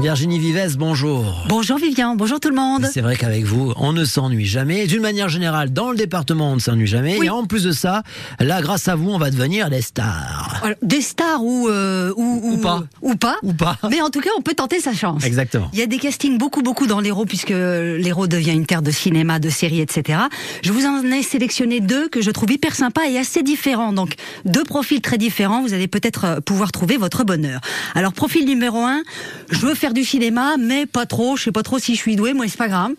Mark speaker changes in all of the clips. Speaker 1: Virginie Vives, bonjour.
Speaker 2: Bonjour Vivien, bonjour tout le monde.
Speaker 1: C'est vrai qu'avec vous, on ne s'ennuie jamais. D'une manière générale, dans le département, on ne s'ennuie jamais.
Speaker 2: Oui.
Speaker 1: Et en plus de ça, là, grâce à vous, on va devenir des stars.
Speaker 2: Alors, des stars ou, euh, ou,
Speaker 1: Ou pas.
Speaker 2: ou pas.
Speaker 1: Ou pas.
Speaker 2: Mais en tout cas, on peut tenter sa chance.
Speaker 1: Exactement.
Speaker 2: Il y a des castings beaucoup, beaucoup dans l'Hérault, puisque l'Hérault devient une terre de cinéma, de séries, etc. Je vous en ai sélectionné deux que je trouve hyper sympas et assez différents. Donc, deux profils très différents. Vous allez peut-être euh, pouvoir trouver votre bonheur. Alors, profil numéro un, je veux faire du cinéma, mais pas trop. Je sais pas trop si je suis douée, moi, c'est pas grave.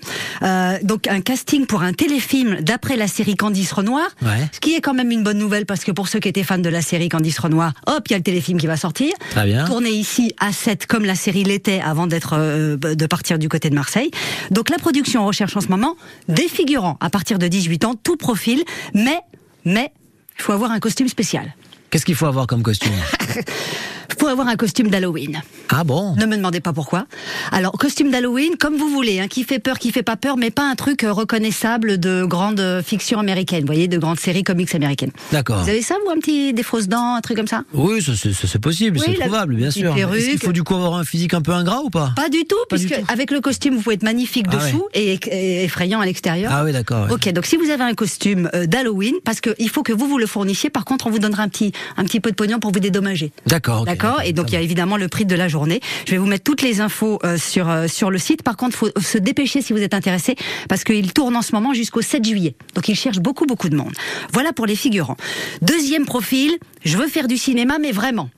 Speaker 2: Euh, donc, un casting pour un téléfilm d'après la série Candice Renoir.
Speaker 1: Ouais.
Speaker 2: Ce qui est quand même une bonne nouvelle parce que pour ceux qui étaient fans de la série Candice Renoir, hop, il y a le téléfilm qui va sortir.
Speaker 1: Très bien.
Speaker 2: Tourné ici à 7 comme la série l'était avant d'être euh, de partir du côté de Marseille. Donc la production recherche en ce moment des figurants à partir de 18 ans, tout profil, mais mais il faut avoir un costume spécial.
Speaker 1: Qu'est-ce qu'il faut avoir comme costume
Speaker 2: Il faut avoir un costume d'Halloween.
Speaker 1: Ah bon
Speaker 2: Ne me demandez pas pourquoi. Alors, costume d'Halloween, comme vous voulez, hein, qui fait peur, qui fait pas peur, mais pas un truc euh, reconnaissable de grande euh, fiction américaine, vous voyez, de grande série comics américaine.
Speaker 1: D'accord.
Speaker 2: Vous avez ça, vous, un petit des fausses dents, un truc comme ça
Speaker 1: Oui, ça, c'est ça, c'est possible,
Speaker 2: Oui,
Speaker 1: c'est
Speaker 2: la
Speaker 1: trouvable, bien
Speaker 2: petite
Speaker 1: sûr.
Speaker 2: perruque.
Speaker 1: Est-ce qu'il faut du coup avoir un physique un peu ingrat ou pas
Speaker 2: Pas du tout,
Speaker 1: Pas du
Speaker 2: puisque avec le costume, vous pouvez être magnifique
Speaker 1: Ah
Speaker 2: dessous et, et effrayant à l'extérieur.
Speaker 1: Ah oui, d'accord. ouais.
Speaker 2: Ok, donc si vous avez un costume euh, d'Halloween, parce qu'il faut que vous vous le fournissiez, par contre, on vous donnera un petit, un petit peu de pognon pour vous dédommager.
Speaker 1: D'accord. ok,
Speaker 2: D'accord Et donc il y a évidemment le prix de la journée. Je vais vous mettre toutes les infos euh, sur euh, sur le site. Par contre, faut se dépêcher si vous êtes intéressé parce qu'il tourne en ce moment jusqu'au 7 juillet. Donc il cherche beaucoup beaucoup de monde. Voilà pour les figurants. Deuxième profil, je veux faire du cinéma mais vraiment.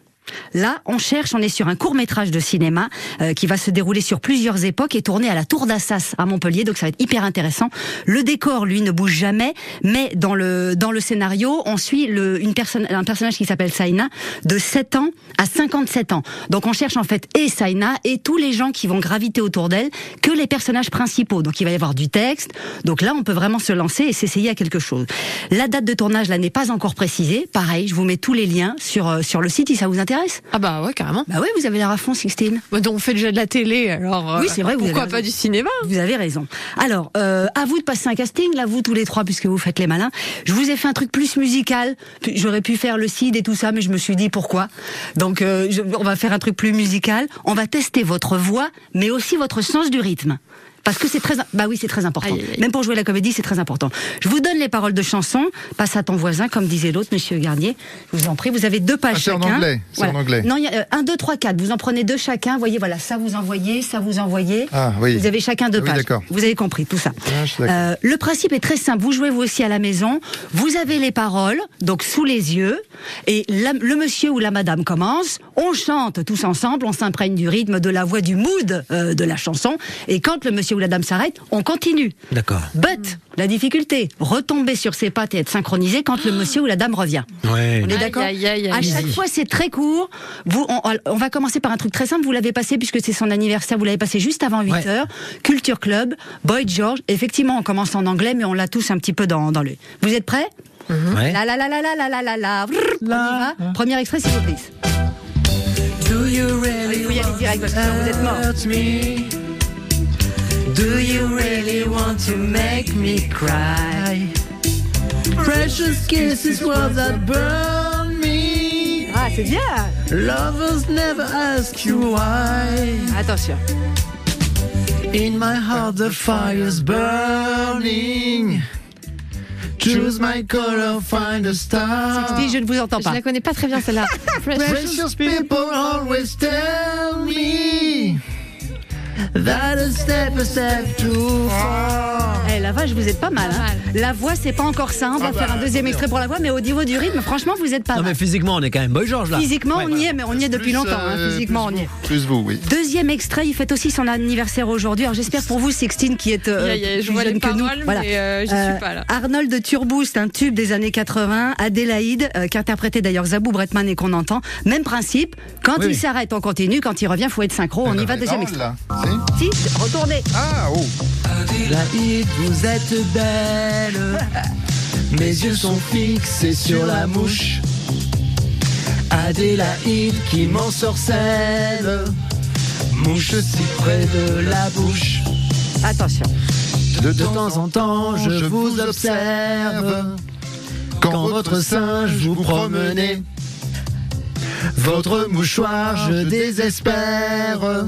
Speaker 2: Là, on cherche, on est sur un court métrage de cinéma euh, qui va se dérouler sur plusieurs époques et tourner à la Tour d'Assas à Montpellier, donc ça va être hyper intéressant. Le décor, lui, ne bouge jamais, mais dans le dans le scénario, on suit le, une personne, un personnage qui s'appelle Saina de 7 ans à 57 ans. Donc on cherche en fait et Saina et tous les gens qui vont graviter autour d'elle que les personnages principaux. Donc il va y avoir du texte. Donc là, on peut vraiment se lancer et s'essayer à quelque chose. La date de tournage là n'est pas encore précisée. Pareil, je vous mets tous les liens sur euh, sur le site si ça vous intéresse.
Speaker 3: Ah bah ouais, carrément.
Speaker 2: Bah oui, vous avez l'air à fond, Sixtine.
Speaker 3: Bah donc on fait déjà de la télé, alors euh,
Speaker 2: Oui, c'est vrai, vous
Speaker 3: pourquoi
Speaker 2: avez
Speaker 3: pas
Speaker 2: raison.
Speaker 3: du cinéma
Speaker 2: Vous avez raison. Alors, euh, à vous de passer un casting, là, vous tous les trois, puisque vous faites les malins. Je vous ai fait un truc plus musical. Puis J'aurais pu faire le CID et tout ça, mais je me suis dit pourquoi. Donc, euh, je- on va faire un truc plus musical. On va tester votre voix, mais aussi votre sens du rythme. Parce que c'est très, bah oui, c'est très important.
Speaker 3: Aïe, aïe, aïe.
Speaker 2: Même pour jouer la comédie, c'est très important. Je vous donne les paroles de chansons. Passe à ton voisin, comme disait l'autre, Monsieur Garnier. Je vous en prie, vous avez deux pages
Speaker 4: Ah, c'est en
Speaker 2: chacun.
Speaker 4: anglais, c'est en anglais.
Speaker 2: Non, il y a euh, un, deux, trois, quatre. Vous en prenez deux chacun. Voyez, voilà, ça vous envoyez, ça vous envoyez.
Speaker 4: Ah, oui.
Speaker 2: Vous avez chacun deux
Speaker 4: Ah oui,
Speaker 2: pages.
Speaker 4: d'accord.
Speaker 2: Vous avez compris tout ça.
Speaker 4: Ah, je suis d'accord.
Speaker 2: Euh, le principe est très simple. Vous jouez vous aussi à la maison. Vous avez les paroles, donc sous les yeux, et la- le monsieur ou la madame commence. On chante tous ensemble. On s'imprègne du rythme, de la voix, du mood euh, de la chanson. Et quand le monsieur ou la dame s'arrête, on continue.
Speaker 1: D'accord.
Speaker 2: But la difficulté, retomber sur ses pattes et être synchronisé quand le monsieur ou la dame revient.
Speaker 1: Ouais.
Speaker 2: On est
Speaker 3: Aïe,
Speaker 2: d'accord
Speaker 3: aïe, aïe,
Speaker 2: À
Speaker 3: aïe.
Speaker 2: chaque fois, c'est très court. Vous, on, on va commencer par un truc très simple. Vous l'avez passé puisque c'est son anniversaire. Vous l'avez passé juste avant 8
Speaker 1: Ouais.
Speaker 2: heures. Culture Club, Boy George. Effectivement, on commence en anglais, mais on l'a tous un petit peu dans, dans le. Vous êtes prêts
Speaker 1: Ouais.
Speaker 2: La la la la la la la la la. Brrr, On y va. Premier extrait, s'il vous plaît.
Speaker 5: Do you really
Speaker 2: Vous y allez direct parce que sinon vous êtes mort.
Speaker 5: hurt me? Do you really want to make me cry? Precious kisses was that burn me.
Speaker 2: Ah, c'est bien.
Speaker 5: Lovers never ask you why.
Speaker 3: Attention.
Speaker 5: In my heart the fire's burning. Choose my color, find a star.
Speaker 1: Ah.
Speaker 2: Dis, je ne vous entends
Speaker 3: Je
Speaker 2: pas.
Speaker 3: la connais pas très bien celle-là.
Speaker 5: Precious people always tell me that a step a step too far.
Speaker 2: Eh, la vache, vous êtes pas mal. hein.
Speaker 3: mal.
Speaker 2: La voix, c'est pas encore ça. On va faire un deuxième extrait pour la voix, mais au niveau du rythme, franchement, vous êtes pas
Speaker 1: Non, mais
Speaker 2: mal.
Speaker 1: physiquement, on est quand même Boy George
Speaker 4: Ah,
Speaker 1: là.
Speaker 2: Physiquement, on y est, mais on y est depuis
Speaker 4: Plus,
Speaker 2: longtemps. hein.
Speaker 4: euh,
Speaker 2: Physiquement, on
Speaker 4: plus
Speaker 2: y est.
Speaker 4: vous- Plus vous, oui.
Speaker 2: Deuxième extrait, il fête aussi son anniversaire aujourd'hui. Alors j'espère pour vous, Sixtine, qui est euh,
Speaker 3: Aïe, aïe, aïe, je
Speaker 2: plus
Speaker 3: vois
Speaker 2: jeune
Speaker 3: les
Speaker 2: que nous.
Speaker 3: paroles, mais euh, j'y suis pas, là.
Speaker 2: Arnold de Turbo, c'est un tube des années 80. Adélaïde, euh, qu'interprétait d'ailleurs Zabou Bretman et qu'on entend. Même principe. Quand
Speaker 1: Oui,
Speaker 2: il
Speaker 1: oui.
Speaker 2: s'arrête, on continue. Quand il revient, faut être synchro. On y va.
Speaker 4: Les
Speaker 2: Deuxième
Speaker 4: paroles,
Speaker 2: extrait.
Speaker 4: Oh là. Si
Speaker 2: Si, retournez.
Speaker 4: Ah, oh
Speaker 5: Adélaïde, vous êtes belle. Mes yeux sont fixés sur la mouche. Adélaïde qui m'ensorcelle. Mouche si près de la bouche.
Speaker 2: Attention.
Speaker 4: De
Speaker 5: De temps en temps, je vous observe. Quand votre singe vous promenez, votre mouchoir, je désespère.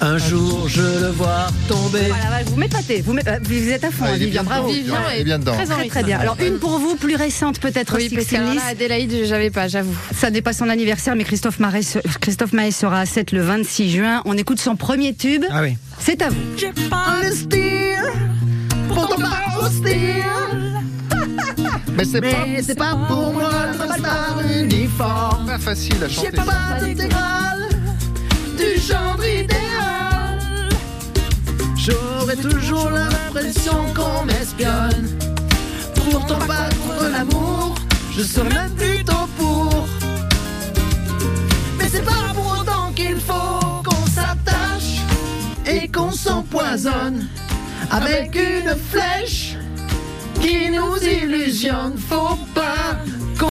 Speaker 5: Un jour je le vois tomber.
Speaker 2: Voilà, voilà, vous m'épatez, vous, m'é- euh, vous êtes à fond,
Speaker 4: Ah, il est
Speaker 2: Vivien,
Speaker 4: bien
Speaker 2: bravo.
Speaker 4: dedans.
Speaker 3: Vivien
Speaker 4: Ouais,
Speaker 3: est
Speaker 4: il est bien dedans.
Speaker 3: très en
Speaker 2: Très très
Speaker 3: rythme.
Speaker 2: bien. Alors une pour vous, plus récente peut-être,
Speaker 3: Oui, parce que
Speaker 2: Sixteen
Speaker 3: alors
Speaker 2: Lies.
Speaker 3: là, Adélaïde, j'avais pas, j'avoue.
Speaker 2: Ça n'est pas son anniversaire, mais Christophe, Maé se- Christophe Maé sera à 7 le 26 juin. On écoute son premier tube.
Speaker 1: Ah oui.
Speaker 2: C'est à vous.
Speaker 4: Mais c'est pas,
Speaker 5: c'est pas pour moi le star uniforme.
Speaker 4: pas facile à chanter.
Speaker 5: pas d'intégrale du genre idéal. J'aurais toujours l'impression qu'on m'espionne. Pourtant pas contre l'amour, je serais même plutôt pour. Mais c'est pas pour autant qu'il faut qu'on s'attache et qu'on s'empoisonne avec une flèche qui nous illusionne. Faut pas